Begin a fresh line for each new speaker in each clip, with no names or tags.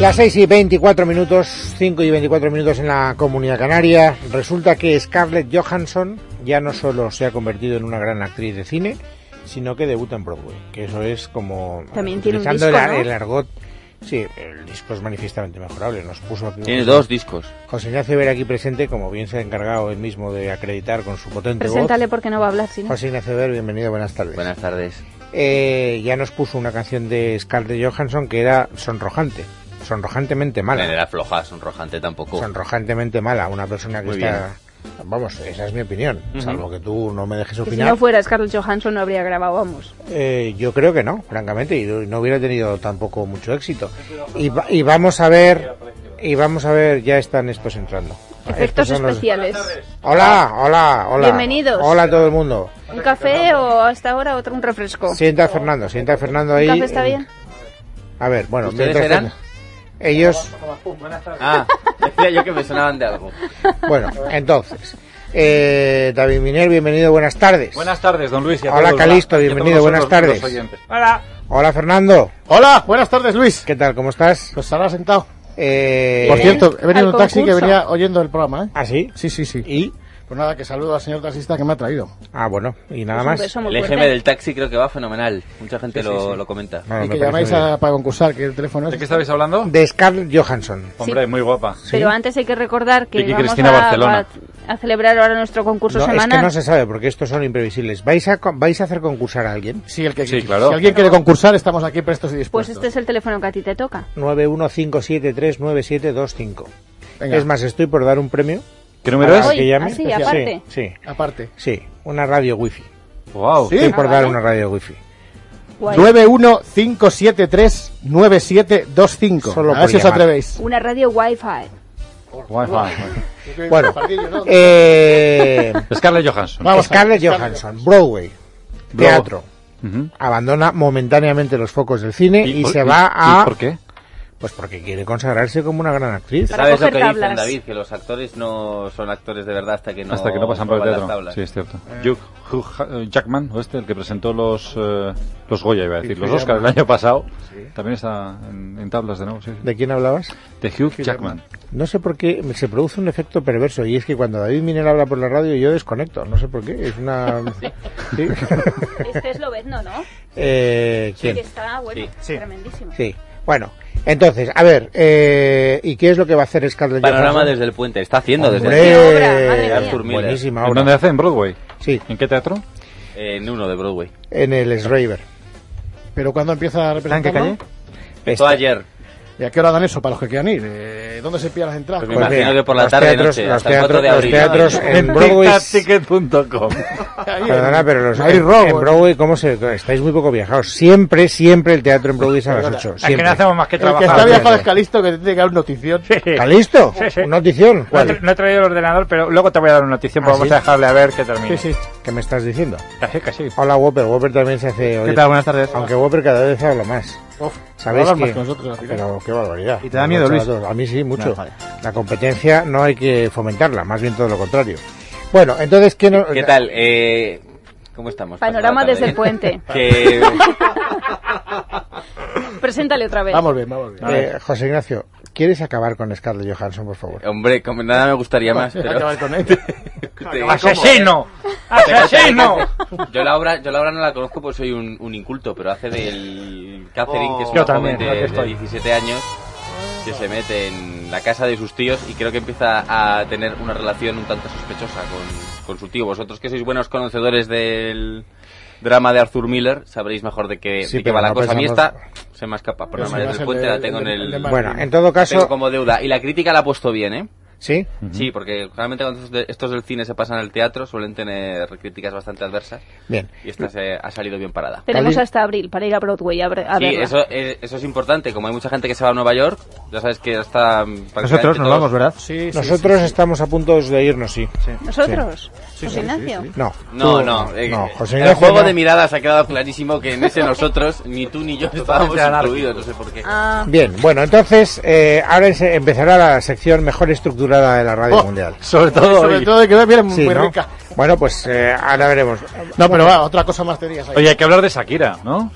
Las 6 y 24 minutos, 5 y 24 minutos en la comunidad canaria. Resulta que Scarlett Johansson ya no solo se ha convertido en una gran actriz de cine, sino que debuta en Broadway. Que eso es como.
También tiene un
utilizando
disco,
el,
¿no?
el argot. Sí, el disco es manifiestamente mejorable. Nos puso aquí.
Tiene dos discos.
José Ignacio Vera aquí presente, como bien se ha encargado él mismo de acreditar con su potente voz.
Preséntale porque no va a hablar, si no.
José Ignacio Vera, bienvenido, buenas tardes.
Buenas tardes.
Eh, ya nos puso una canción de Scarlett Johansson que era sonrojante, sonrojantemente mala.
Me da floja, sonrojante tampoco.
sonrojantemente mala, una persona que
Pues Muy
está... Vamos, esa es mi opinión,
Ujú.
salvo que tú no me dejes
Que si
opinar.
no fuera Scarlett Johansson no habría grabado, vamos.
Eh, yo creo que no, francamente, y no hubiera tenido tampoco mucho éxito. Y, va- y vamos a ver, y vamos a ver, ya están estos entrando. Ah, Estos
Efectos
son los-
especiales.
Hola, hola, hola.
Bienvenidos.
Hola a todo el mundo.
¿Un café o hasta ahora otro un refresco?
Sienta a Fernando, sienta a Fernando
¿Un
ahí.
café está bien?
A ver, bueno,
¿Ustedes
mientras
eran?
tanto, ellos,
Ah, decía yo que me sonaban de algo.
bueno, entonces, eh, David Miner, bienvenido, buenas tardes.
Buenas tardes, don Luis. y a
Hola,
todos
Calixto,
los- y a
bienvenido,
todos
buenas
los- los
tardes.
oyentes.
Hola Fernando,
Hola, buenas tardes Luis.
¿qué tal? ¿Cómo estás?
Pues ahora sentado.
Eh,
Por cierto, he venido en
al
un taxi que
concurso.
venía oyendo el programa, ¿eh?
¿Ah, sí?
Sí, sí, sí.
¿Y?
Pues nada, que saludo al señor taxista que me ha traído.
Ah, bueno, y nada
Un
más.
beso muy
El EGM
fuerte.
del taxi creo que va fenomenal. Mucha gente lo, lo comenta.
Bueno,
y
Ah, me
que
parece
llamáis
muy bien.
a- para concursar, que el teléfono
¿De qué
es...
estabais hablando?
De Scarlett Johansson.
Hombre, muy guapa.
Pero antes hay que recordar que
Vicky
vamos
Cristina
a,
Barcelona.
a- a celebrar ahora nuestro concurso
No, es
semanal.
que no se sabe, porque estos son imprevisibles. ¿Vais a, co- ¿Vais a hacer concursar a alguien?
Sí, el que,
Sí, claro.
Si alguien quiere concursar, estamos aquí prestos y
Pues
dispuestos.
este es el teléfono que a ti te toca.
915739725.
Venga.
Es más, estoy por dar un premio.
¿Qué número
para
es?
Hoy.
que llame.
así, ah, aparte.
Sí, sí,
Aparte.
sí, una radio wifi.
Wow.
Sí.
Estoy por
Ah,
dar
vale.
una radio wifi.
Guay.
915739725.
Solo
a
por
ver si os
llamar.
atrevéis.
Una radio Wi-Fi.
Bueno,
Eh,
eh,
Scarlett Johansson.
Vamos a ver.
Scarlett Johansson, Broadway, teatro.
Ujú.
Abandona momentáneamente los focos del cine y,
por-
se va a...
¿y por qué?
Pues porque quiere consagrarse como una gran actriz.
Para
¿Sabes lo
coger
que dicen,
tablas.
David? Que los actores no son actores de verdad hasta que no,
Hasta que no pasan por el
rompan las
teatro.
tablas.
Sí, es cierto.
Eh.
Hugh- Hugh Ja- Jackman, o este, el que presentó los, eh, los Goya, iba a decir, los Oscars del año pasado, también está en, en tablas de nuevo. Sí, sí.
¿De quién hablabas?
De Hugh Jackman.
No sé por qué se produce un efecto perverso y es que cuando David Miner habla por la radio yo desconecto, no sé por qué, es una... Sí.
Este es Lobezno, ¿no?
Eh,
Que
¿Quién?
está, bueno,
Sí.
tremendísimo.
Sí. Bueno, entonces, a ver, eh, ¿y qué es lo que va a hacer Scarlett
Panorama
Johansson?
desde el puente. Está haciendo
¡Hombre!
desde
¡Qué obra! Madre mía.
Arthur Miller.
Buenísima
¿En
obra.
dónde hace? ¿En Broadway?
Sí,
¿En qué teatro?
eh, en uno de Broadway.
en el Schreiber.
Pero ¿cuándo empieza a representarlo?
Empezó ayer.
¿Y a qué hora dan eso para los que quieran ir? Eh, ¿Dónde se pillan las entradas?
Pues me imagino que por la
los
tarde,
teatros,
noche,
los
hasta el 4
teatros,
de abril.
los teatros en Broadway...
Ticketticket.com.
Ahí, en-
Perdona, pero los,
Madrid
en,
Robo,
en Broadway, ¿cómo se...? Estáis muy poco viajados. Siempre, siempre el teatro en Broadway es a las 8.
Es que no hacemos más que
El
trabajar.
que está bien para
sí.
Calisto que te tiene que dar un notición.
¿Está listo?
Sí, sí.
¿Notición?
No he tra-
¿Cuál?
No he traído el ordenador, pero luego te voy a dar una noticia,
¿Ah,
pues vamos
sí?
a dejarle a ver que termine.
Sí, sí.
¿Qué me estás diciendo?
Así que sí.
Hola Whopper, Whopper también se hace oír.
¿Qué tal? Buenas tardes.
Aunque Whopper cada vez habla más.
Uf,
¿Sabéis
hablan
que...
más que nosotros, al final.
Pero qué barbaridad.
¿Y te da miedo, Luis?
A mí sí, mucho.
No, vale.
La competencia no hay que fomentarla, más bien todo lo contrario. Bueno, entonces, ¿qué, no...
¿Qué tal? Eh, ¿Cómo estamos?
Panorama
Pasada
desde el
tarde.
puente.
Que
Preséntale otra vez.
Vamos bien, vamos bien.
Eh, José Ignacio, ¿quieres acabar con Scarlett Johansson, por favor?
Hombre, como nada me gustaría más, pero...
Acabar con él.
Te-
¡Asesino! ¡Asesino!
Yo la obra, yo la obra no la conozco porque soy un, un inculto, pero hace del Catherine, que es
Yo
una joven
también, aquí
de, de
estoy.
17 años, que se mete en la casa de sus tíos y creo que empieza a tener una relación un tanto sospechosa con, con su tío. Vosotros que sois buenos conocedores del drama de Arthur Miller, sabréis mejor de qué,
Sí,
de qué
pero
va la
no
cosa. A mí esta
pensamos-
se me escapa, por
Pero
la
si
manera
no
del
Pues
puente
es el de-
la tengo en
el- el
el...
de Mar-
Bueno, en todo
tengo
caso...
como deuda. Y la crítica la ha puesto bien, ¿eh?
¿Sí?
Sí, porque realmente cuando estos de- estos del cine se pasan al teatro suelen tener críticas bastante adversas
Bien.
y esta se ha salido bien parada.
Tenemos
Cali-
hasta abril para ir a Broadway a, ver- a
Sí,
verla.
eso es, eso es importante. Como hay mucha gente que se va a Nueva York, ya sabes que hasta mm, prácticamente
Nosotros nos
todos-
vamos, ¿verdad?
Sí, sí,
Nosotros estamos a punto de irnos, sí.
¿Nosotros? José Ignacio.
No.
No,
tú-
no. eh,
no, José
el
Ignacio
juego
no.
de miradas ha quedado clarísimo que en ese nosotros, ni tú ni yo estábamos incluidos, no sé por qué.
Ah,
Bien, bueno, entonces eh, ahora se- empezará la sección mejor estructurada de la radio
Oh.
mundial.
Sobre todo
Sobre
hoy.
todo de que viene
Sí,
muy
¿no?
rica.
Bueno, pues eh, ahora veremos.
No, pero va, otra cosa más tenías ahí.
Oye, hay que hablar de Shakira, ¿no?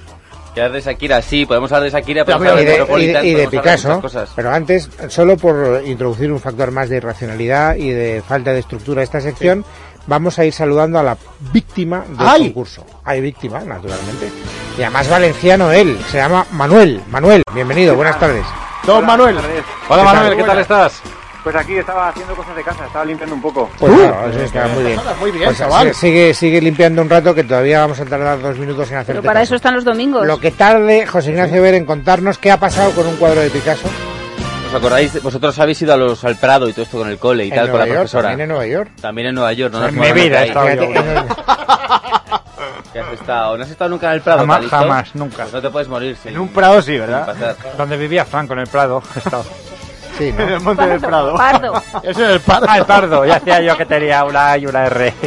Que hablar de Shakira, sí, podemos hablar de Shakira, pero
Y de, y de-
Metropolitan,
y de
podemos hablar de
Picasso.
muchas cosas.
Pero antes, solo por introducir un factor más de irracionalidad y de falta de estructura a esta sección, vamos a ir saludando a la víctima del
¡Ay!
concurso. Hay víctima, naturalmente. Y además valenciano él, se llama Manuel. Manuel, bienvenido, buenas tardes.
Don Manuel.
Hola
¿Qué
Manuel,
tal?
¿qué tal estás?
Pues aquí estaba haciendo cosas de casa, estaba limpiando un poco.
¡Uh!
Pues claro, eso está muy bien.
Muy bien,
Pues sigue,
chaval.
sigue, sigue limpiando un rato que todavía vamos a tardar dos minutos en hacer
Pero para eso están los domingos.
Lo que tarde José Ignacio Ver en contarnos qué ha pasado con un cuadro de Picasso
¿Os acordáis? Vosotros habéis ido a los, al Prado y todo esto con el cole y
en
tal, con
Nueva
la
York,
profesora.
también en Nueva York.
También en Nueva York, ¿no?
En
nos
mi vida he
ahí.
estado yo.
Fíjate, en el-
¿Qué has estado? ¿No has estado nunca en el Prado?
Jamás,
Calixto?
jamás, nunca.
Pues no te puedes morir sin,
En un prado sí,
sin
¿verdad?
pasar.
Donde vivía Franco, en el prado. he estado.
sí, ¿no?
El monte del Prado.
Pardo.
Eso es el Pardo.
Ah, el pardo. Ya hacía yo que tenía una A y una R.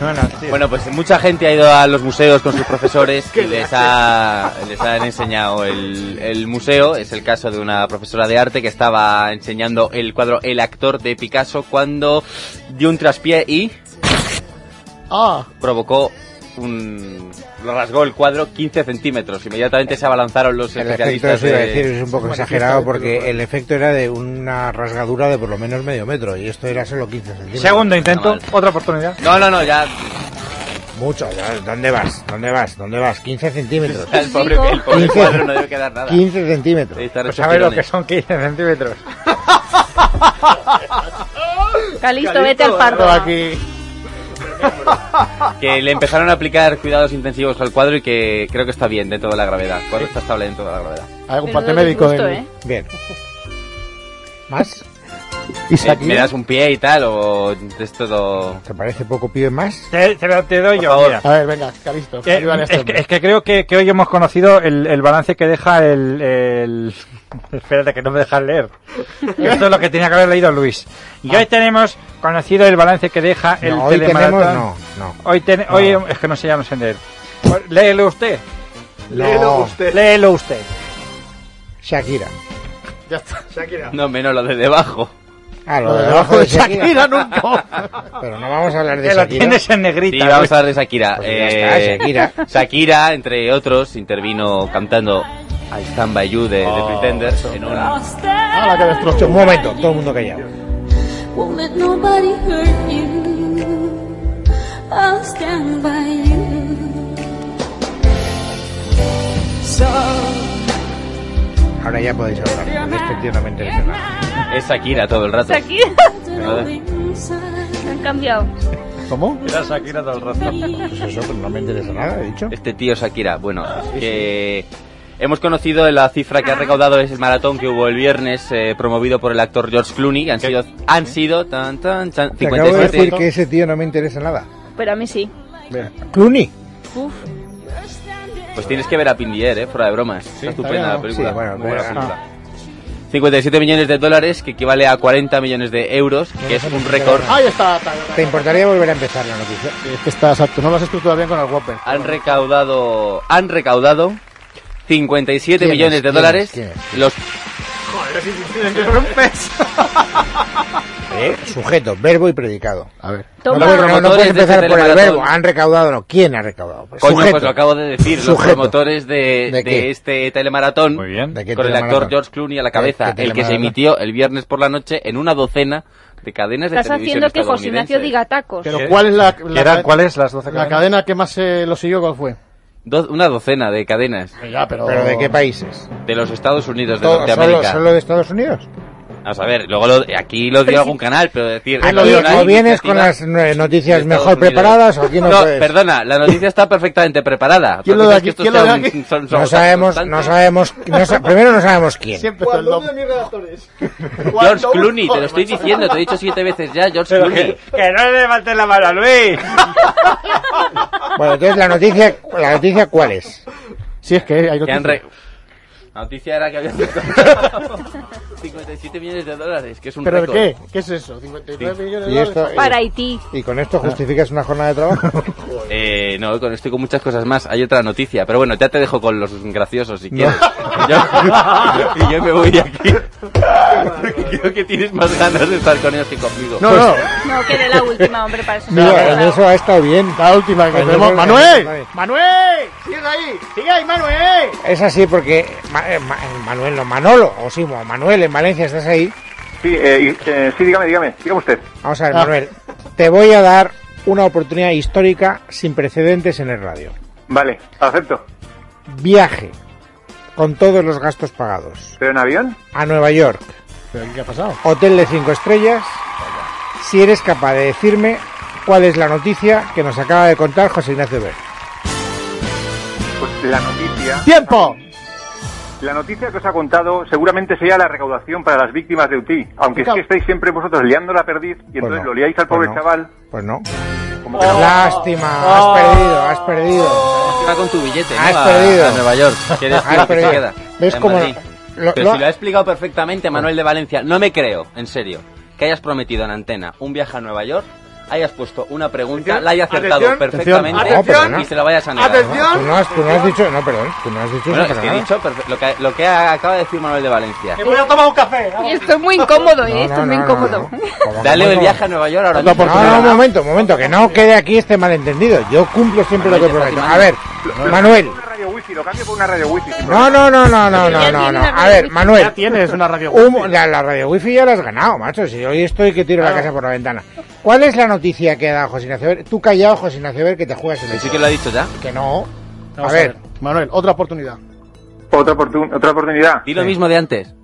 Bueno, sí.
Bueno, pues mucha gente ha ido a los museos con sus profesores y les, ha, les han enseñado el, el museo. Es el caso de una profesora de arte que estaba enseñando el cuadro El actor de Picasso cuando dio un traspié y
Ah,
provocó un... lo rasgó el cuadro 15 centímetros. Inmediatamente se abalanzaron los
El efecto,
especialistas
eso iba a
de-
decir, es un poco exagerado porque el efecto era de una rasgadura de por lo menos medio metro y esto era solo 15 centímetros.
Segundo intento,
Está mal.
otra oportunidad.
No, no, no, ya...
Mucho, ya, ¿dónde vas? ¿Dónde vas? ¿Dónde vas? 15 centímetros.
El pobre, el pobre cuadro no debe quedar nada.
15 centímetros.
Debe estar
Pues
hecho
sabes lo que
tirones.
son 15 centímetros.
Calisto, vete al pardo.
aquí.
Que le empezaron a aplicar cuidados intensivos al cuadro y que creo que está bien dentro de la gravedad. El cuadro está estable dentro de la gravedad.
Algún
Menudo
parte médico
disgusto,
de
¿eh?
Bien. ¿Más?
¿Y
Eh, ¿Me das un pie y tal o es todo...?
¿Te parece poco pibe más?
Te, te lo- te doy
Por
yo,
favor.
mira.
A ver, venga, Calisto.
Eh,
ayúdale a este
es, que,
hombre.
es que creo que, que hoy hemos conocido el, el balance que deja el, el- Espérate, que no me dejas leer. Esto es lo que tenía que haber leído Luis. Y hoy tenemos conocido el balance que deja el
No, hoy tenemos...
telemaratón. Oh,
No, no.
Hoy, ten- hoy- es que no sé, ya no sé leer. Pues, Léelo usted.
No,
Léelo usted.
Shakira.
Ya está, Shakira.
No, menos lo de debajo.
Ah, lo
Lo
de
de
debajo de Shakira.
Shakira nunca.
Pero no vamos a hablar de
Que lo
Shakira.
tienes en negrita.
Sí, vamos a hablar de Shakira.
Pues ya está,
Eh,
Shakira.
Shakira, entre otros, intervino cantando I Stand By You de, de
Oh,
Pretenders en una...
Ah, la que destrozó.
Un momento, todo el mundo callado.
Won't let nobody hurt you. I'll stand by you. So
Ahora ya podéis hablar. Este tío no me interesa nada.
Es Shakira todo el rato.
Aquí
Nada.
han cambiado.
¿Cómo?
Pues eso, pues no me interesa nada, he dicho. Ah,
Este tío Shakira, bueno, es que hemos conocido la cifra que ha recaudado es el maratón que hubo el viernes eh, promovido por el actor George Clooney. Han sido, han sido tan, tan, tan,
Te acabo de
57.
decir que ese tío no me interesa nada.
Pero a mí sí.
Clooney.
Uf,
Pues tienes que ver a Pindier, eh, fuera de bromas. Está
bien,
estupenda
¿no?
la película.
Sí, bueno,
Muy buena
pero-
película. 57 millones de dólares, que equivale a 40 millones de euros, que es un récord.
Ahí está.
¿Te importaría volver a empezar la noticia?
Es que está exacto. No lo has estructurado bien con el Whopper.
Han recaudado, han recaudado 57
¿Quién es?
millones de
¿Quién
dólares.
es? ¿Quién es?
Los
¿Eh? Sujeto, verbo y predicado.
A ver.
No,
toma.
puedes- no, no puedes
Promotores de
empezar
este
por el
telemaratón.
verbo. Han recaudado, no. ¿Quién ha recaudado? Pues,
coño,
sujeto.
pues lo acabo de decir, los
Sujeto.
promotores de,
¿De
de
qué?
este telemaratón.
Muy bien.
¿De qué
con el
telemaratón?
actor George Clooney a la cabeza,
¿Qué
el que se
telemaratón?
emitió el viernes por la noche en una docena de cadenas de
Estás
televisión
haciendo que José Ignacio
estadounidenses.
diga tacos.
Pero ¿cuál es la, la,
¿Eran cuáles las 12
la
cadenas?
cadena que más se lo siguió? ¿Cuál fue?
Do- una docena de cadenas
Ya, pero...
¿Pero de qué países?
de los Estados Unidos de
Todo- ¿Solo,
Norteamérica.
solo de Estados Unidos?
Vamos a ver, luego lo- aquí lo dio algún canal, pero decir...
Ah,
aquí
no,
hay
digo,
una
o vienes con las
iniciativa
eh,
de
noticias
Estados
mejor
Unidos.
preparadas o aquí no,
No,
puedes-
perdona, la noticia está perfectamente preparada.
¿Quién lo
Otra
de
cosa es
aquí?
que
¿Quién
estos
lo de
sean- son-
aquí?
son
No
cosas
sabemos, no
constantes.
sabemos, no sa- primero no sabemos quién.
Siempre está el dom-
George Clooney, te lo estoy diciendo, te he dicho siete veces ya, George
Pero
Clooney.
que, que no le levantes la mano a Luis.
Bueno, entonces la noticia, la noticia ¿cuál es?
Sí, es que hay
Que han
noticias.
re- La noticia era que había encontrado 57 millones de dólares, que es un
¿Pero de
récord.
qué? ¿Qué es eso? ¿59
Sí.
millones de
Y esto-
dólares?
Para Haití.
¿Y con esto justificas una jornada de trabajo?
Eh, no, con esto y con muchas cosas más. Hay otra noticia, pero bueno, ya te dejo con los graciosos si quieres. Y, yo, y yo me voy de aquí. Creo que tienes más ganas de estar con ellos que conmigo.
No, no.
No, que de la última, hombre, para eso. se
Mira,
ha
en
preparado.
eso ha estado bien.
La última que
Pues
tenemos.
yo creo que-
¡Manuel!
Vale.
¡Manuel! ¡Sigue ahí! ¡Sigue ahí, Manuel!
Es así porque Ma- eh, Ma- Manuel, no, Manolo, o sí, Mo- Manuel, en Valencia estás ahí.
Sí, eh, y- eh, sí, dígame, dígame, dígame usted.
Vamos a ver,
Ah.
Manuel, te voy a dar una oportunidad histórica sin precedentes en el radio.
Vale, acepto.
Viaje con todos los gastos pagados
¿Pero en avión?
a Nueva York,
¿Pero qué ha pasado?
hotel de 5 estrellas, si eres capaz de decirme cuál es la noticia que nos acaba de contar José Ignacio Ver.
Pues la noticia...
¡Tiempo!
La noticia que os ha contado seguramente sería la recaudación para las víctimas de UTI. Aunque es que estáis siempre vosotros liando la perdiz y entonces lo liáis al pobre
pues no,
chaval.
Pues no.
Como que no.
Lástima,
Oh.
has perdido, has perdido.
Va con tu billete, ¿no?
Has
a,
Ah, perdido.
a Nueva York. Que eres
Has
tú el que se
perdido.
queda.
¿Ves
En
cómo
Madrid.
lo- lo-
Pero si lo ha explicado perfectamente Manuel de Valencia, no me creo, en serio, que hayas prometido en antena un viaje a Nueva York, hayas puesto una pregunta,
Atención,
la hayas acertado
atención,
perfectamente
atención,
y se la vayas a negar.
atención.
Tú no has, tú no has dicho, no, perdón, tú no has dicho
Bueno,
eso
es
para
que
nada.
he dicho perfe- lo que, lo que acaba de decir Manuel de Valencia.
voy a tomar un café.
Y esto es muy incómodo,
No,
¿eh? Esto
no,
es muy
no, no,
incómodo.
no. Como que
Dale
no,
el
no.
viaje a Nueva York ahora
No,
mismo. Ah,
no, un momento, un momento, que no quede aquí este malentendido. Yo cumplo siempre lo que
Manuel, te
prometo.
está
A ver, Manuel.
Una radio wifi, lo cambio por una radio wifi. sin
No, no, no, no, no, no,
Ya
no,
tienes
no.
la
A
radio
ver,
wifi.
Manuel.
tienes una radio.
un- la, la radio wifi ya la has ganado, macho. Si hoy estoy que tiro la casa por la ventana. ¿Cuál es la noticia que ha dado José Ignacio Ver? Tú callado, José Ignacio Ver, que te juegas el
Sí
hecho.
que lo ha dicho ya.
Que no. A
Vamos
ver,
Manuel, otra oportunidad.
Otra, oportun- otra oportunidad.
Di lo mismo de antes.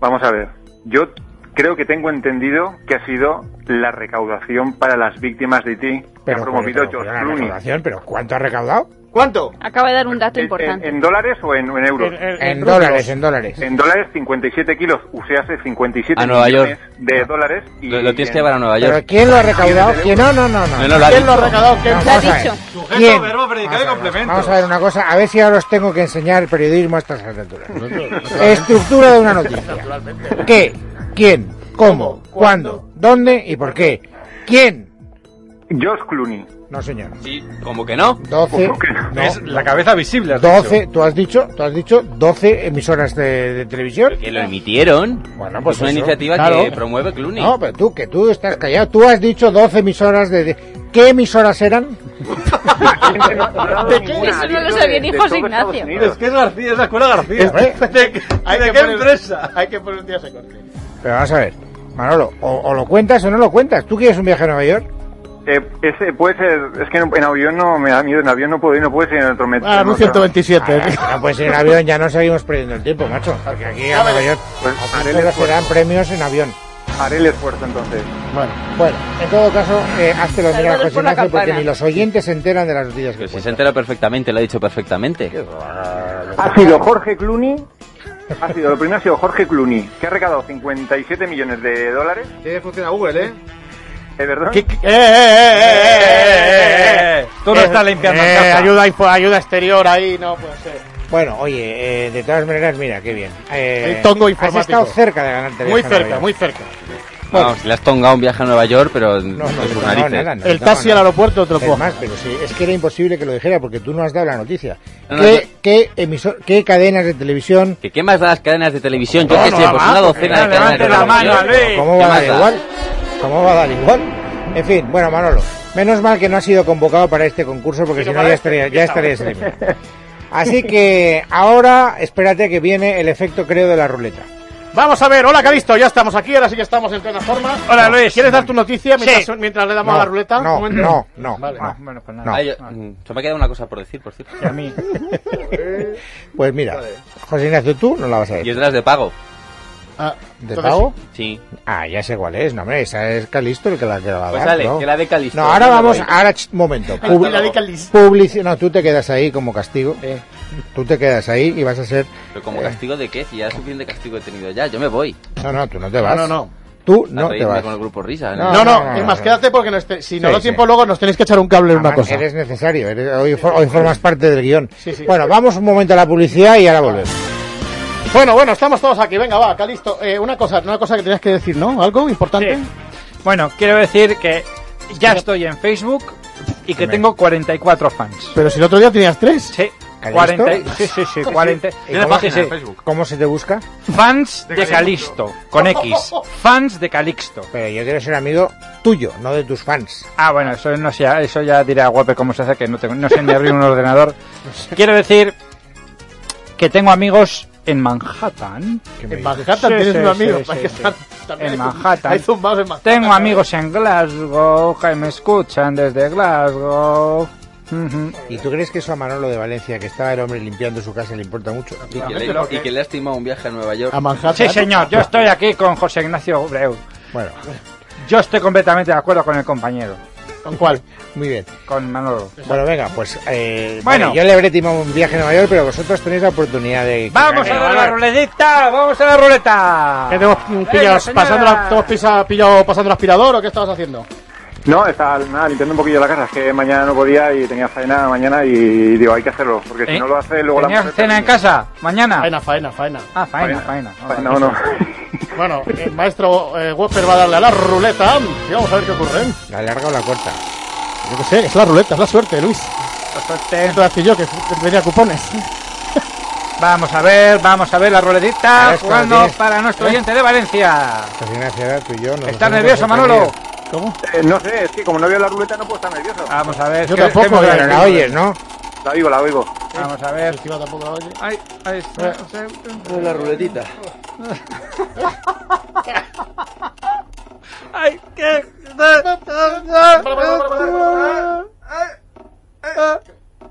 Vamos a ver. Yo creo que tengo entendido que ha sido la recaudación para las víctimas de ti que ha
pero,
promovido
pero- pero
George
la
Clooney.
recaudación, pero ¿cuánto ha recaudado?
¿Cuánto?
Acaba de dar un dato
¿En, en-
importante.
en dólares o en, o en euros?
En dólares, en dólares.
En dólares 57 kilos, usease 57
A Nueva
millones
York. Ah.
de dólares. Y
Lo, lo tienes
en-
que llevar a Nueva
¿Pero
York.
quién lo ha recaudado? ¿Quién? No, no, no,
No,
no.
no, lo ha
¿Quién lo ha
dicho.
regalado? ¿Quién?
No,
Lo ha
vamos a ver.
dicho.
Sujeto,
Bien.
verbo, predicado y
Vamos a ver,
complemento.
Vamos a ver una cosa, a ver si ahora os tengo que enseñar periodismo a estas alturas. Estructura de una noticia. ¿Qué? ¿Quién? ¿Cómo? ¿Cuándo? ¿Dónde? ¿Y por qué? ¿Quién?
George Clooney.
No, señor.
Sí, como que no.
12.
¿Cómo que no?
no,
Es la cabeza visible. has
12,
dicho.
tú has dicho, tú has dicho 12 emisoras de, de televisión.
Que lo emitieron.
Bueno, pues
es una
eso,
iniciativa que
claro.
promueve Clooney.
No, pero tú, que tú estás callado, tú has dicho 12 emisoras de... de- ¿Qué emisoras eran?
¿De qué?
Eso no lo sabía ni José Ignacio.
Es que es García, es la escuela García.
Hombre.
¿De, qué- de qué empresa?
Hay que poner un día ese corte.
Pero vamos a ver, Manolo, o, o lo cuentas o no lo cuentas. ¿Tú quieres un viaje a Nueva York?
Eh, ese puede ser, es que en, en avión no me da miedo, en avión no puedo ir, no puede ser en otro metro.
Ah,
en
pues
un
otro-
127.
Ah, no, pues en avión ya no seguimos perdiendo el tiempo, macho. Porque aquí a Nueva York
Pues,
aquí
haré el
solo
esfuerzo.
serán premios en avión.
Haré el esfuerzo entonces.
Bueno, bueno, en todo caso, eh, hazte los mirar a
Salvados
José
por la
Ignacio porque
campana.
ni los oyentes se enteran de las noticias que
Pero Pues si se
cuentan.
entera perfectamente, lo ha dicho perfectamente.
Ha sido Jorge Clooney. Ha sido, lo primero ha sido Jorge Clooney, que ha recaudado 57 millones de dólares.
Tiene funciona Google, ¿eh?
¿Es verdad?
¿Qué- qué- eh, eh, eh, eh, eh, eh, eh. Tú no estás limpiando en
eh,
casa.
ayuda, info- ayuda exterior ahí, no puede ser.
Bueno, oye, eh, de todas maneras, mira, qué bien. Eh,
El tongo
Has
informático.
estado cerca de ganarte el
Muy
viaje a Nueva
cerca,
York.
muy cerca.
Bueno.
Vamos, le has tongado un viaje a Nueva York, pero
No, no,
por sus
no,
narices.
nada, no,
El
no,
taxi al
no.
aeropuerto te lo
Es
cojo.
más, pero sí, es que era imposible que lo dijera porque tú no has dado la noticia.
No, no,
¿Qué,
no.
qué emisor- qué cadenas de televisión?
¿Que qué más da las cadenas de televisión? Yo qué sé, pues una docena de cadenas de
Levante la
televisión.
mano, Luis.
¿Cómo
Eh,
va
¿Qué
a dar
más da?
igual? ¿Cómo va a dar igual? En fin, bueno, Manolo, menos mal que no has sido convocado para este concurso porque si no ya estarías ya estarías eliminado. Así que ahora espérate que viene el efecto creo de la ruleta.
Vamos a ver, hola Calisto, ya estamos aquí, ahora sí que estamos en plena forma.
Hola, Luis.
¿Quieres dar tu noticia mientras,
Sí.
mientras le
No,
damos a la ruleta? Un
No,
momento.
no, no.
Vale.
no.
Ah, bueno, pues
No.
nada.
Ah, yo- mm, se me ha quedado una cosa por decir, por cierto.
Y a mí.
Pues mira, José Ignacio, tú no la vas a
Y
decir.
es de las de pago.
Ah,
¿De
entonces-
pago?
Sí.
Ah, ya sé cuál es, no, hombre, esa es Calisto el que la, que la va a
Pues
dar,
dale,
¿no?
que la de Calisto.
No, ahora
Yo me
vamos,
voy.
ahora, ch, momento.
Ay,
Pub-
la de Calisto.
publici- no, tú te quedas ahí como castigo.
Eh.
Tú te quedas ahí y vas a ser...
Pero como castigo de qué, si ya suficiente castigo he tenido ya, yo me voy.
No, no, tú no te vas.
No, no, no.
Tú
A
no te
reírme
vas.
con el grupo Risa. ¿eh?
No,
No, no,
no, no,
es más,
no.
quédate porque no esté- si no
Sí,
lo
sí.
tiempo luego nos tenéis que echar un cable en una
Además,
cosa.
Eres necesario, eres- hoy, for- hoy formas parte del guión.
Sí, sí.
Bueno, vamos un momento a la publicidad y ahora volvemos.
Bueno, bueno, estamos todos aquí. Venga, va, acá listo. Eh, una cosa, una cosa que tenías que decir, ¿no? ¿Algo importante?
Sí. Bueno, quiero decir que ya estoy en Facebook y que tengo 44 fans.
Pero si el otro día tenías tres.
Sí.
¿Calisto?
40, sí, sí, sí, 40.
Tiene
sí,
página
sí.
en Facebook.
¿Cómo se te busca?
Fans
De
de Calixto, con X. Fans de Calixto.
Pero yo quiero ser amigo tuyo, no de tus fans.
Ah, bueno, eso no sé, eso ya dirá guape cómo se hace que no tengo, no sé ni abrir un ordenador. Quiero decir que tengo amigos en Manhattan,
¿Qué me dices?
En Manhattan
Sí,
tienes
sí,
un amigo.
sí,
hay
sí,
que
sí.
estar también
En
hay-
Manhattan.
Hay zumbados en Manhattan.
tengo amigos en Glasgow, que me escuchan desde Glasgow. Ujú.
¿Y tú crees que eso a Manolo de Valencia, que estaba el hombre limpiando su casa, le importa mucho?
Y que, le, y que le ha estimado un viaje a Nueva York.
A Manhattan.
Sí, señor, yo estoy aquí con José Ignacio Breu.
Bueno,
Yo estoy completamente de acuerdo con el compañero,
¿Con cuál?
muy bien.
con Manolo.
Bueno, venga, pues. eh,
Bueno.
vale, yo le habré timado un viaje a Nueva York, pero vosotros tenéis la oportunidad de.
¡Vamos a
Claro,
dar la
claro.
ruletita! ¡Vamos a la ruleta!
¿Qué te hemos mm,
Venga,
pillado?
señora.
pasando la- te hemos pisa- pillado pasando el aspirador o qué estabas haciendo?
No, estaba nada, limpiando un poquillo la casa. Es que mañana no podía y tenía faena mañana y digo, hay que hacerlo. Porque si
¿Eh?
no lo hace, luego la
¿Tenías
mujer
cena en
también-
casa? ¿Mañana?
Faena, faena, faena.
Ah, faena, faena.
Faena.
Vale,
No, no.
Bueno, el maestro eh, Whopper va a darle a la ruleta y vamos a ver qué ocurre. ¿eh?
¿La larga o la corta?
Yo qué sé, es la ruleta, es la suerte, Luis.
Suerte.
Mientras que yo, que tenía cupones.
Vamos a ver, vamos a ver la
Ahora
ruletita
es cuando
jugando
tienes-
para
¿Eh?
nuestro oyente de Valencia.
Pues tiene ansiedad, tú y yo. nos
¿Estás
hemos
nervioso, Manolo?
sorprendido.
¿Cómo?
Eh, no sé, es que como no veo la ruleta no puedo estar nervioso.
Vamos a ver.
Yo
¿qué-
tampoco,
qué hemos
pero
Pero
ganado?
la Ah, oyes, ¿no?
La oigo, la oigo.
Vamos a ver.
Encima tampoco la oye.
Ay, ahí
Eh.
está.
la ruletita.
Ay, qué.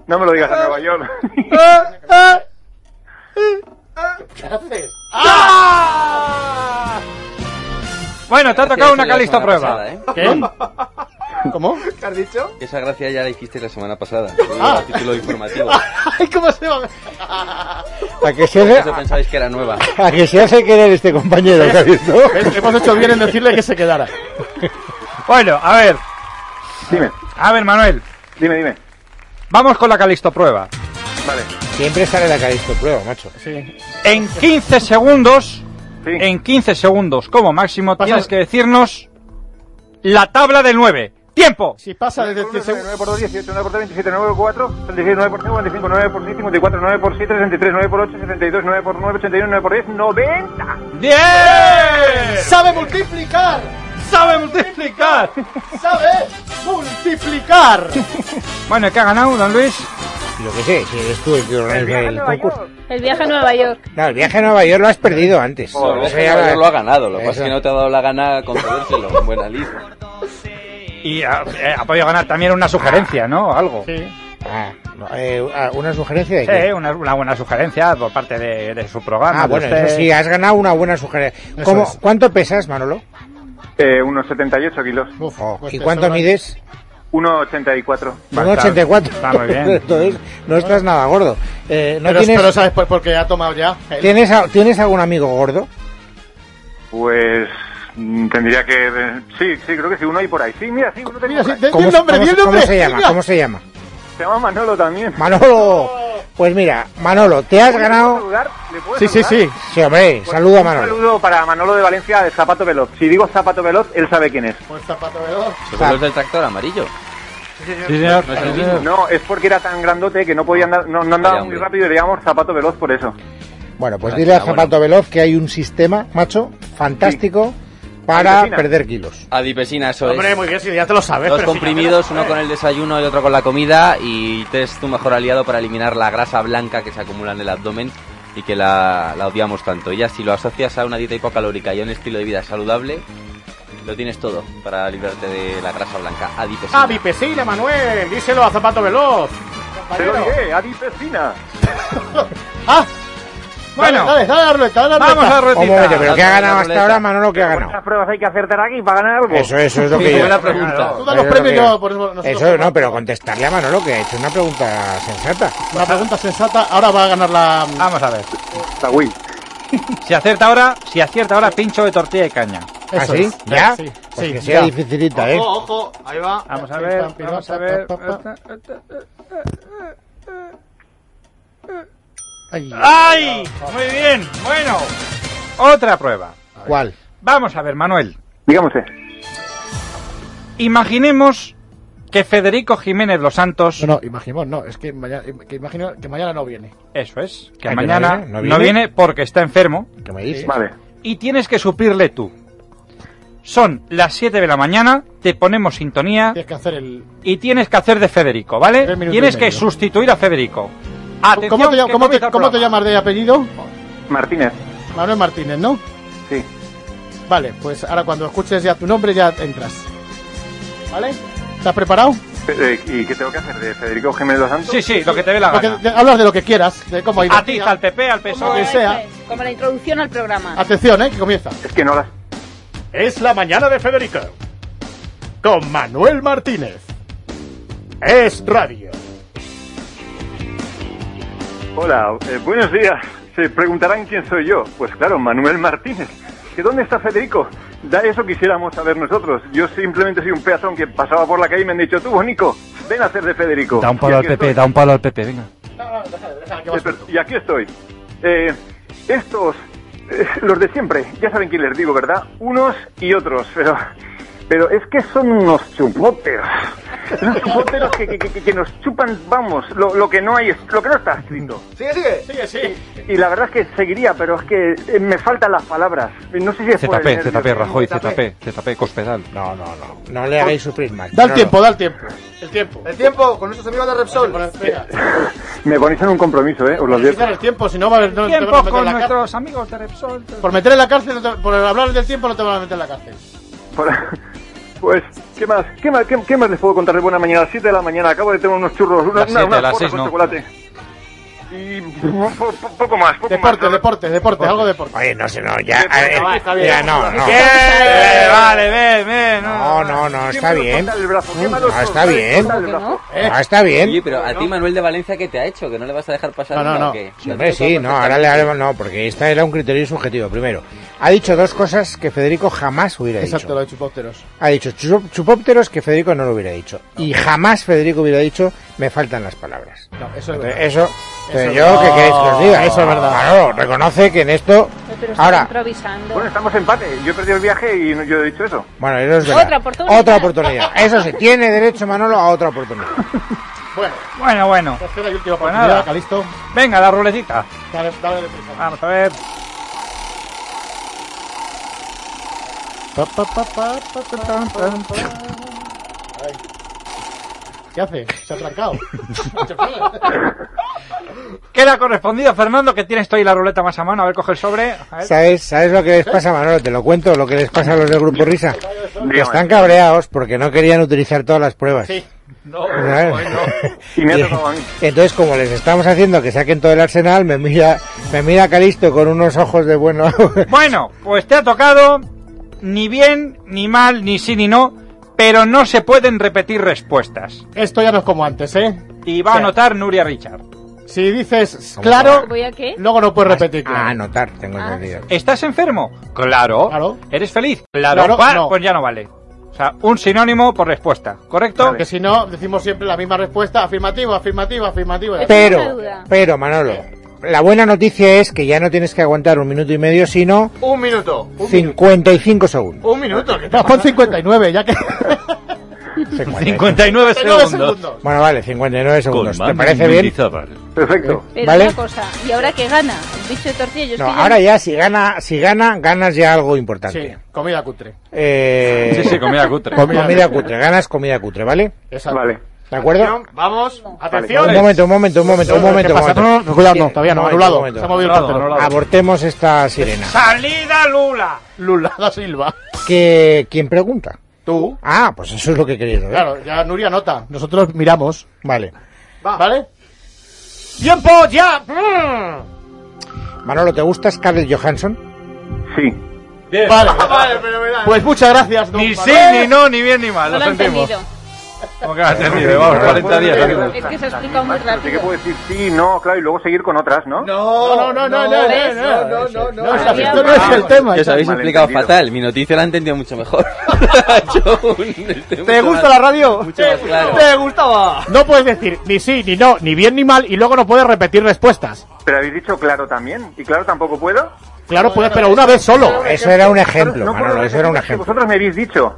No me lo digas a Nueva York.
¡Ah! Bueno, te ha tocado una calista prueba.
¿eh? ¿Cómo?
¿eh? Esa gracia ya la hiciste la semana pasada.
Ah.
A título informativo.
Ay, ¿cómo se va?
¿A que se
Eso
hace,
pensabais que era nueva.
a que se hace querer este compañero, que ha visto?
Eh, Hemos hecho bien en decirle que se quedara.
Bueno, a ver,
Dime,
a ver, Manuel.
dime, dime.
Vamos con la calixto prueba.
Vale.
Siempre sale la Calisto Prueba, macho.
En 15 segundos,
Sí.
en 15 segundos como máximo,
Pasa-
tienes que decirnos la tabla del 9. ¡Tiempo!
Si pasa desde
9
el segundo.
por 2, 18, 9 por 3, 27, 9 por 4, 36, 9 por 5, 25, 9 por 6, 54, 9 por 7, 63, 9 por 8, 72, 9 por 9, 81, 9 por 10, 90.
¡Diez!
¡Sabe multiplicar!
¡Sabe multiplicar!
¡Sabe multiplicar!
Bueno, ¿qué ha ganado, don Luis?
Lo que sé, si eres tú el que organiza el concurso.
El viaje a Nueva York.
No, el viaje a Nueva York lo has perdido antes.
Por
Eso
eso
ya
Nueva
la-
York lo ha ganado. Lo que
Eso.
pasa es que no te ha dado la gana concedérselo. Buena lid.
Y ha, eh, ha podido ganar también una sugerencia, ¿no? Algo. Sí,
Ah, no, eh, ah, una sugerencia de qué?
una, una buena sugerencia por parte de, de su programa.
Ah,
de
bueno,
usted.
eso sí, has ganado una buena sugerencia. ¿Cómo-
es.
¿Cuánto pesas, Manolo?
Eh, unos 78 kilos,
Uf,
Oh,
pues
¿Y
te
cuánto
sobra-
mides?
1,84.
Va,
Un 84.
está- está muy bien.
Entonces, no estás nada gordo. Eh, ¿no
Pero,
tienes,
pero sabes por, porque ha tomado ya. el-
¿tienes, a- ¿Tienes algún amigo gordo?
Pues mm, tendría que... eh, Sí, sí, creo que sí, uno hay por ahí. Sí, mira, sí, uno tenía
Mira,
por
sí,
ahí.
di- di el nombre,
cómo
di
se-
el nombre.
cómo se llama?
Venga.
¿Cómo se llama?
Se llama Manolo también.
Manolo. Pues mira, Manolo, te has
¿Le puedo
ganado.
saludar? ¿Le puedo
Sí, sí,
saludar?
sí.
Sí, hombre,
Pues,
saluda a
un
Manolo.
saludo para Manolo de Valencia de Zapato Veloz. Si digo Zapato Veloz, él sabe quién es.
Pues zapato veloz.
Son los del tractor amarillo.
Sí, señor.
No es el
Sí,
mismo.
señor.
No, es porque era tan grandote que no podía andar, no, no andaba
Vaya,
muy
hombre.
rápido y le llamamos Zapato Veloz por eso.
Bueno, pues
Ah,
dile a
bueno.
Zapato Veloz que hay un sistema, macho, fantástico para
Adipesina.
perder kilos.
Adipesina, eso
Hombre,
es.
muy bien, si ya te lo sabes.
Dos
Pues, pero si ya te lo
comprimidos,
sabes.
uno con el desayuno y otro con la comida. Y tres, tu mejor aliado para eliminar la grasa blanca que se acumula en el abdomen y que la, la odiamos tanto. Y ya si lo asocias a una dieta hipocalórica y a un estilo de vida saludable, lo tienes todo para librarte de la grasa blanca. Adipesina.
Ah, Vipesina, Manuel. Díselo a zapato veloz.
Te
compañero.
lo diré, Adi Pesina.
Ah,
Bueno.
bueno, dale, dale, dale la ruleta, dale la
Vamos
ruleta.
a la
Un momento,
ruletita.
pero ¿qué ha
la
ganado hasta
ruleta.
ahora, Manolo? ¿Qué ha
¿Cuántas
ganado?
pruebas hay que acertar aquí para ganar algo?
Eso, eso es lo
Sí,
que yo.
buena pregunta.
Tú da los
Eso
premios
que-
y yo por eso nosotros-
Eso no, pero contestarle a Manolo que ha hecho una pregunta sensata.
Una pregunta sensata. Ahora va a ganar la.
Vamos a ver.
La Wii.
Si acierta ahora, si acierta ahora, pincho de tortilla de caña.
Eso
¿Ah, sí?
es.
¿Ya?
Sí,
Pues
sí,
que sea
ya.
dificilita, ¿eh?
Ojo, ojo, ahí va.
Vamos a ver, vamos a ver.
Ay.
¡Ay! Muy bien. Bueno, otra prueba.
¿Cuál?
Vamos a ver, Manuel.
Dígame usted.
Imaginemos que Federico Jiménez Los Santos,
No, no, imaginemos, no, es que mañana, que imagino que mañana no viene.
eso es, que
Ah, que
mañana
no viene, no
no viene,
viene.
porque está enfermo
¿Qué me dices?
Vale.
y tienes que suplirle tú. Son las 7 de la mañana, te ponemos sintonía
Tienes que hacer el.
y tienes que hacer de Federico, ¿vale?
Tres minutos
Tienes
y
que
medio.
sustituir a Federico.
¿Cómo,
Atención, que
te, llam- cómo te-
comienza el
cómo te
programa.
llamas de apellido?
Martínez.
Manuel Martínez, ¿no?
Sí.
Vale, pues ahora cuando escuches ya tu nombre ya entras. ¿Vale? ¿Estás preparado?
Eh, ¿Y qué tengo que hacer? ¿De Federico Jiménez Dos Santos?
Sí, sí, lo que te dé la
Porque
gana.
de- hablas de lo que quieras, de cómo ha ido.
A ti, al PP, al
Como,
PSOE.
que sea.
eso es, como la introducción al programa.
Ah.
Atención, eh, que comienza.
Es que no las...
Es la mañana de Federico. Con Manuel Martínez. Es radio.
Hola, eh, buenos días. Se preguntarán quién soy yo. Pues claro, Manuel Martínez. ¿Que dónde está Federico? Da eso quisiéramos saber nosotros. Yo simplemente soy un peatón que pasaba por la calle y me han dicho, tú, Nico, ven a hacer de Federico.
Da un
Y
palo al
aquí
PP,
estoy.
da un palo al PP, venga.
Eh, pero- Y aquí estoy. Eh, estos, eh, los de siempre, ya saben quién les digo, ¿verdad? Unos y otros, pero... Pero es que son unos chupoteros. Unos chupoteros que, que- que- que nos chupan, vamos, lo, lo que no hay, es- lo que no está escrito.
Sigue, sigue.
Y la verdad es que seguiría, pero es que eh, me faltan las palabras. No sé si es por Pues
ZP,
el nervio que-
ZP, Rajoy, ZP, ZP, Cospedal.
No, no, no. No le hagáis sufrir más.
Da el
No,
tiempo, da el tiempo. El tiempo.
El tiempo con nuestros amigos de Repsol.
Bueno, espera.
Me ponéis en un compromiso, ¿eh? Os lo advierto.
Quizás el tiempo, si no va a haber. No, te van a
Tiempo
meter
con
en la cárcel.
nuestros amigos de Repsol.
Por meter en la cárcel, no te- por hablar del tiempo, no te van a meter en la cárcel.
Por- Pues, ¿qué más? ¿Qué más, qué, qué más les puedo contar de buena mañana? A las 7 de la mañana acabo de tener unos churros, una,
Las
una-
siete,
unas
las
porras
seis
con
no.
chocolate. Y po- po- po- poco más, poco
Deporte,
más.
deporte, deporte, algo deporte.
Oye, no sé, no, ya.
Sí,
a ver,
va,
está bien.
ya, no, no.
Eh, Vale, ven, ven.
No, no, no,
Qué
Ah, está
malo
bien.
cortar el brazo, qué
Mm,
malo
no, está
cortar-
bien.
cortar el brazo.
Ah, está
Oye,
bien.
pero a ti Manuel de Valencia, ¿qué te ha hecho? ¿Que no le vas a dejar pasar
No, no,
una o
no.
qué?
Sí, hombre, sí, no, ahora le haremos, no, porque esta era un criterio subjetivo. Primero, ha dicho dos cosas que Federico jamás hubiera
Exacto,
dicho.
lo de chupópteros.
Ha dicho chup- chupópteros que Federico no lo hubiera dicho. Y jamás Federico hubiera dicho, me faltan las palabras.
No, eso es
Entonces,
verdad.
eso, entonces
es
yo, ¿qué
verdad.
queréis que os diga?
Eso es verdad.
Claro, reconoce que en esto.
Pero está
Ahora,
improvisando.
Bueno, estamos en empate. Yo he perdido el viaje y no- yo he dicho eso.
bueno, eso es verdad.
Otra oportunidad.
Otra oportunidad. Eso sí, tiene derecho Manolo a otra oportunidad.
Bueno,
Bueno, bueno.
tercera y última
Pues
oportunidad,
nada.
Calisto.
Venga, la rulecita.
Dale, dale de prisa.
Vamos a ver.
Pa, pa, pa, pa, pa, pa, pa, pa, pa. Ay. ¿Qué hace? Se ha trancado.
Queda correspondido, Fernando, que tienes tú ahí la ruleta más a mano. A ver, coge el sobre. A ver.
¿Sabes, ¿Sabes lo que les pasa, Manolo? Te lo cuento, lo que les pasa a los del Grupo Risa. Que
Dígame.
están cabreados porque no querían utilizar todas las pruebas.
Sí.
¿Sabes?
Y me ha tocado a mí.
Entonces, como les estamos haciendo que saquen todo el arsenal, me mira, me mira Calisto con unos ojos de bueno.
Bueno, pues te ha tocado ni bien, ni mal, ni sí, ni no. Pero no se pueden repetir respuestas.
Esto ya no es como antes, ¿eh?
Y va a
Sí.
anotar Nuria Richard.
Si dices
¿Cómo
claro,
¿Voy a qué?
luego no puedes repetir
A
claro.
anotar, tengo
Ah.
entendido.
¿Estás enfermo? Claro.
Claro.
¿Eres feliz? Claro.
Claro,
Va,
no.
Pues ya no vale. O sea, un sinónimo por respuesta, ¿correcto?
Porque si no, decimos siempre la misma respuesta, afirmativo, afirmativo, afirmativo.
Una
Pero,
duda.
pero Manolo, la buena noticia es que ya no tienes que aguantar un minuto y medio, sino
Un minuto. Un,
55 segundos.
un minuto. ¿qué te
No, pon 59, ya que...
59
59
segundos.
segundos.
Bueno, vale, 59 segundos.
Ah,
¿Te parece bien?
bien?
Perfecto.
Pero
¿Vale?
una cosa, ¿y ahora qué gana? El bicho de tortilla, yo es
No,
que ya-
ahora ya si gana, si gana, ganas ya algo importante.
Sí, comida cutre.
Eh,
Sí, sí, comida cutre.
com- comida cutre, ganas comida cutre, ¿vale?
Exacto.
Vale.
¿De acuerdo?
Vamos.
Un
Atención.
momento, un momento, un momento, un momento. un
¿Qué pasa?
momento.
No, no, cuidado, no, todavía no,
Un momento, un
anulado.
momento.
Se ha movido el
Anulado,
cartel.
anulado.
Abortemos esta sirena.
¡Salida Lula!
Lula da Silva.
Que, ¿Quién pregunta?
Tú.
Ah, pues eso es lo que quería saber.
Claro, ya Nuria nota. Nosotros miramos.
Vale.
¿Vale?
¡Tiempo ya!
Manolo, ¿te gusta Scarlett Johansson?
Sí.
Vale.
Vale, fenomenal.
Pues muchas gracias, don
Ni sí,
Manuel.
ni no, ni bien, ni mal.
no
Lo
lo he
sentimos.
entendido.
¿Cómo que va a ser libre? Vamos, 40 días. amigos.
Es que se ha explicado muy
Así que
rápido.
puedo decir sí, no, claro, y luego seguir con otras, ¿no?
No, no, no, no, no, no, no, no, no, no, o sea,
Había
esto no es el tema.
Que os habéis
malentendido.
explicado fatal. Mi noticia la he entendido mucho mejor. Yo, este,
¿Te
mucho
gusta
más-
la radio?
Mucho más claro.
¿Te gustaba?
No puedes decir ni sí, ni no, ni bien ni mal, y luego no puedes repetir respuestas.
Pero habéis dicho claro también. ¿Y claro tampoco puedo?
Claro, puedes, pero una vez solo.
Eso era un
Claro,
ejemplo,
puedo
Manolo, eso era un
repetir,
ejemplo.
Vosotros me habéis dicho.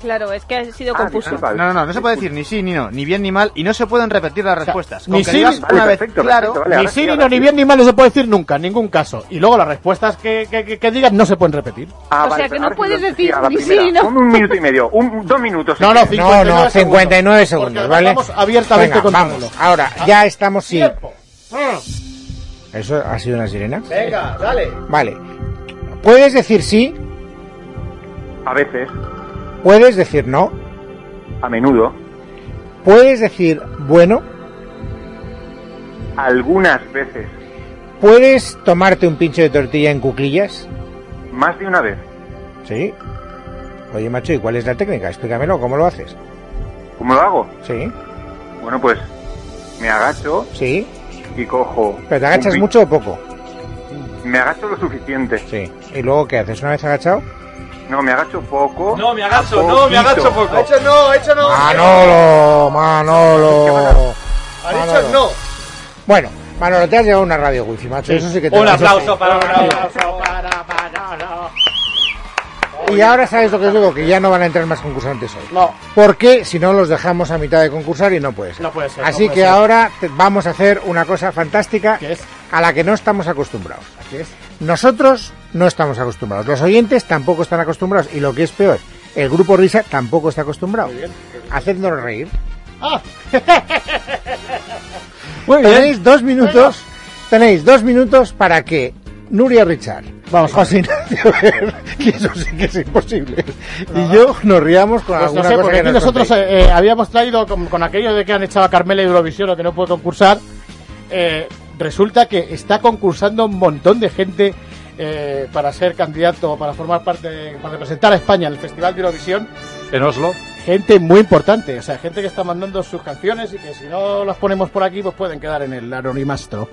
Claro, es que ha sido
Ah,
confuso.
disculpa.
No, no, no, no se puede decir ni sí ni no, ni bien ni mal, y no se pueden repetir las respuestas. Con
ni
que
sí,
digas
vale,
una vez
perfecto,
claro,
perfecto, vale.
Ni
ahora sí,
sí, ni
ahora
no, ni
sí.
bien ni mal no se puede decir nunca, en ningún caso. Y luego las respuestas que, que, que- que digas no se pueden repetir.
Ah,
O sea, que
pero
no
ahora sí
puedes
lo-
decir
a la
ni sí
primera.
ni no.
Un, un minuto y medio, un, dos minutos.
No, no,
No, no,
59 segundos.
59
Porque
segundos,
nos
¿vale?
Vamos abiertamente
Venga,
con
vamos, ahora, ya estamos sin...
Tiempo. Ah,
¿Eso ha sido una sirena?
Venga, dale.
Vale. Puedes decir sí,
A veces,
puedes decir no,
a menudo,
puedes decir bueno,
algunas veces,
puedes tomarte un pincho de tortilla en cuclillas.
más de una vez.
Sí. Oye, macho, ¿y cuál es la técnica? Explícamelo, ¿cómo lo haces?
¿Cómo lo hago?
Sí,
Bueno, pues me agacho
sí.
y cojo.
¿Pero te
un
agachas
pi-
mucho o poco?
Me agacho lo suficiente.
Sí. ¿Y luego qué haces? ¿Una vez agachado?
No, me agacho poco.
No, me agacho, no, me agacho poco.
Hecho no, hecho no.
Manolo, Manolo.
Ha dicho no.
Bueno, Manolo, te has llevado una radio wifi, macho. Eso sí que te
Un
lo-
aplauso para Manolo.
Y ahora sabes lo que os digo, que ya no van a entrar más concursantes hoy.
No,
Porque si no los dejamos a mitad de concursar y no puede ser.
No puede ser,
Así
no puede
que
ser.
ahora te- vamos a hacer una cosa fantástica
¿Qué es?
a la que no estamos acostumbrados.
¿qué es?
Nosotros no estamos acostumbrados, los oyentes tampoco están acostumbrados y lo que es peor, el grupo Risa tampoco está acostumbrado. Hacednos reír.
Ah.
Tenéis dos minutos, tenéis dos minutos para que Nuria Richard, vamos, José Ignacio, Ver, que eso sí que es imposible, y yo nos riamos con
Pues no
alguna
sé,
cosa
porque
que
aquí
nos
nosotros
contéis.
eh, eh, habíamos traído con, con aquello de que han echado a Carmela Eurovisión o que no puede concursar. eh, resulta que está concursando un montón de gente eh, para ser candidato, para formar parte, de- para representar a España en el Festival de Eurovisión.
En Oslo.
Gente muy importante, o sea, gente que está mandando sus canciones y que si no las ponemos por aquí, pues pueden quedar en el anonimasto.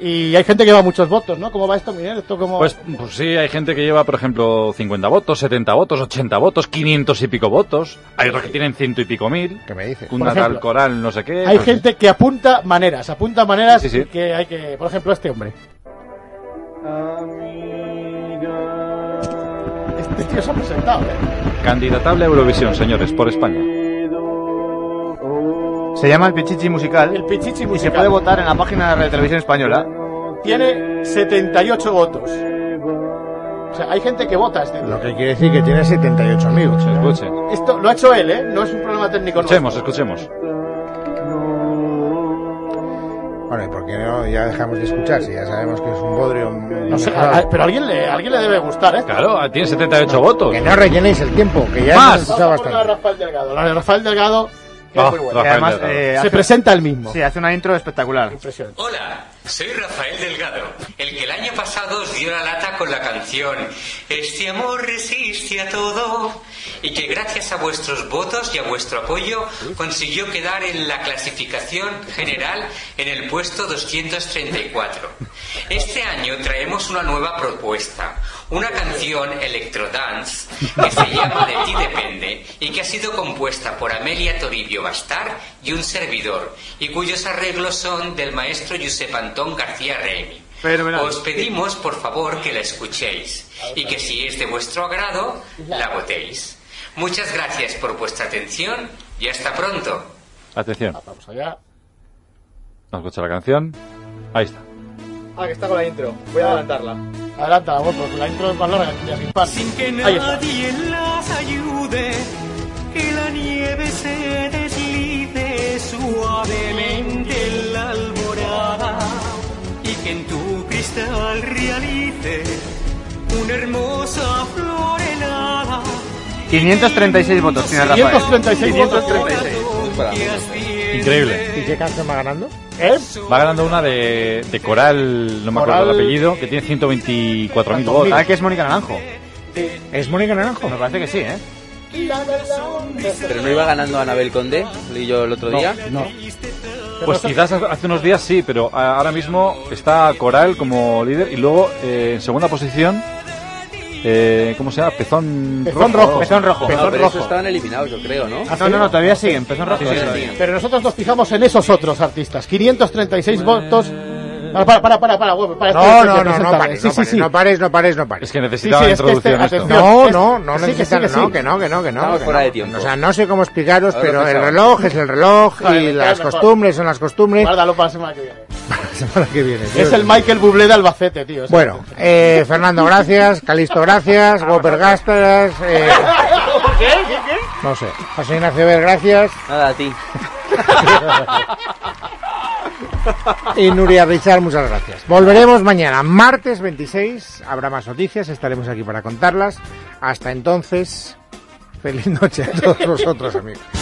Y hay gente que va muchos votos, ¿no? ¿Cómo va esto, Miguel? Esto como...
Pues, pues sí, hay gente que lleva, por ejemplo, 50 votos, 70 votos, 80 votos, 500 y pico votos. Hay otros que tienen ciento y pico mil.
¿Qué me dices?
Una
ejemplo,
tal coral, no sé qué.
hay
pues-
gente que apunta maneras, apunta maneras
Sí, sí.
y que hay que... Por ejemplo, este hombre. Este tío se ha presentado, ¿eh?
Candidatable a Eurovisión, señores, por España.
Se llama el Pichichi
El
Musical y
Pichichi
se puede
musical.
votar en la página de Radio Televisión Española.
Tiene 78 votos. O sea, hay gente que vota este tío.
Lo que quiere decir que tiene 78 amigos.
Escuchen,
Esto lo ha hecho él, ¿eh? No es un problema técnico. nuestro.
escuchemos, escuchemos.
Bueno, ¿y por qué no? Ya dejamos de escuchar, si ya sabemos que es un bodrio. un-
No sé, a- a- pero a alguien le, a alguien le debe gustar, ¿eh?
Claro, tiene 78 votos.
Que no rellenéis el tiempo, que ya
Más.
hemos escuchado
Vamos a por la de
bastante.
Rafael Delgado. La de Rafael Delgado, que
Ah,
es muy buena.
Rafael
Además,
Delgado.
eh,
Se
hace-
presenta él mismo.
Sí, hace una intro espectacular.
Impresionante.
Hola, soy Rafael Delgado, el que el año pasado os dio la lata con la canción Este amor resiste a todo y que gracias a vuestros votos y a vuestro apoyo consiguió quedar en la clasificación general en el puesto 234. Este año traemos una nueva propuesta, una canción electrodance que se llama De ti depende y que ha sido compuesta por Amelia Toribio Bastar y un servidor y cuyos arreglos son del maestro Josep Antón García Remy.
Fenomenal.
Os pedimos por favor que la escuchéis y que si es de vuestro agrado la votéis. Muchas gracias por vuestra atención y hasta pronto.
Atención,
Vamos allá.
¿no escucha la canción? Ahí está.
Ah, que está con la intro. Voy a adelantarla.
Adelanta, vamos, porque la intro es más larga que sin par.
Sin que
Ahí está.
nadie las ayude, que la nieve se deslice suavemente en la alborada y que en tu cristal realice una hermosa flor helada.
536 votos tiene Rafael.
536 votos.
536.
Increíble.
¿Y qué canción va ganando?
¿Eh?
Va ganando una de, de coral, no me acuerdo el
Coral- Ah,
apellido, que tiene 124.000 votos.
Ah, que es Mónica Naranjo.
¿Es Mónica Naranjo?
Me parece que sí, ¿eh?
Pero no iba ganando Anabel Conde, leí yo el otro día.
No. Pues quizás hace unos días sí, pero a- ahora mismo está Coral como líder y luego eh, en segunda posición, eh, ¿cómo se llama? Pezón,
Pezón rojo, pezón rojo.
No,
Pezón
pero
rojo.
esos estaban eliminados, yo creo, ¿no?
No, no, no, todavía siguen, pezón rojo.
Sí,
Ah,
sí,
todavía.
sí.
Pero nosotros nos fijamos en esos otros artistas. 536 votos. Para, para, para, para, para, güey, para,
No,
espera,
no, no,
espera,
no
preséntame.
pares,
Sí,
no
sí,
pares,
sí.
no pares, no pares, no pares.
Es que necesitaba
Sí, sí, es que
introducción
este-
esto.
atención.
No,
Es-
no, no
que sí, que
necesitan,
sí, que
no,
sí.
que no, que no, que no.
Estamos
que
fuera
no.
de tiempo.
O sea, no sé cómo explicaros,
Ahora
pero
lo
el
pensamos.
reloj es el reloj
Vale,
y
mejor,
las
mejor.
costumbres son las costumbres.
Guárdalo para la semana que viene.
La semana que viene.
Es el Michael Bublé de Albacete, tío. es-
Bueno, eh, Fernando, gracias. Calisto, gracias.
Ah,
Whopper, gracias. Eh,
¿Qué? ¿Qué? ¿Qué?
no sé. José Ignacio Ver, gracias.
Nada, a ti.
Y Nuria Richard, muchas gracias. Volveremos mañana, martes 26. Habrá más noticias, estaremos aquí para contarlas. Hasta entonces, feliz noche a todos vosotros, amigos.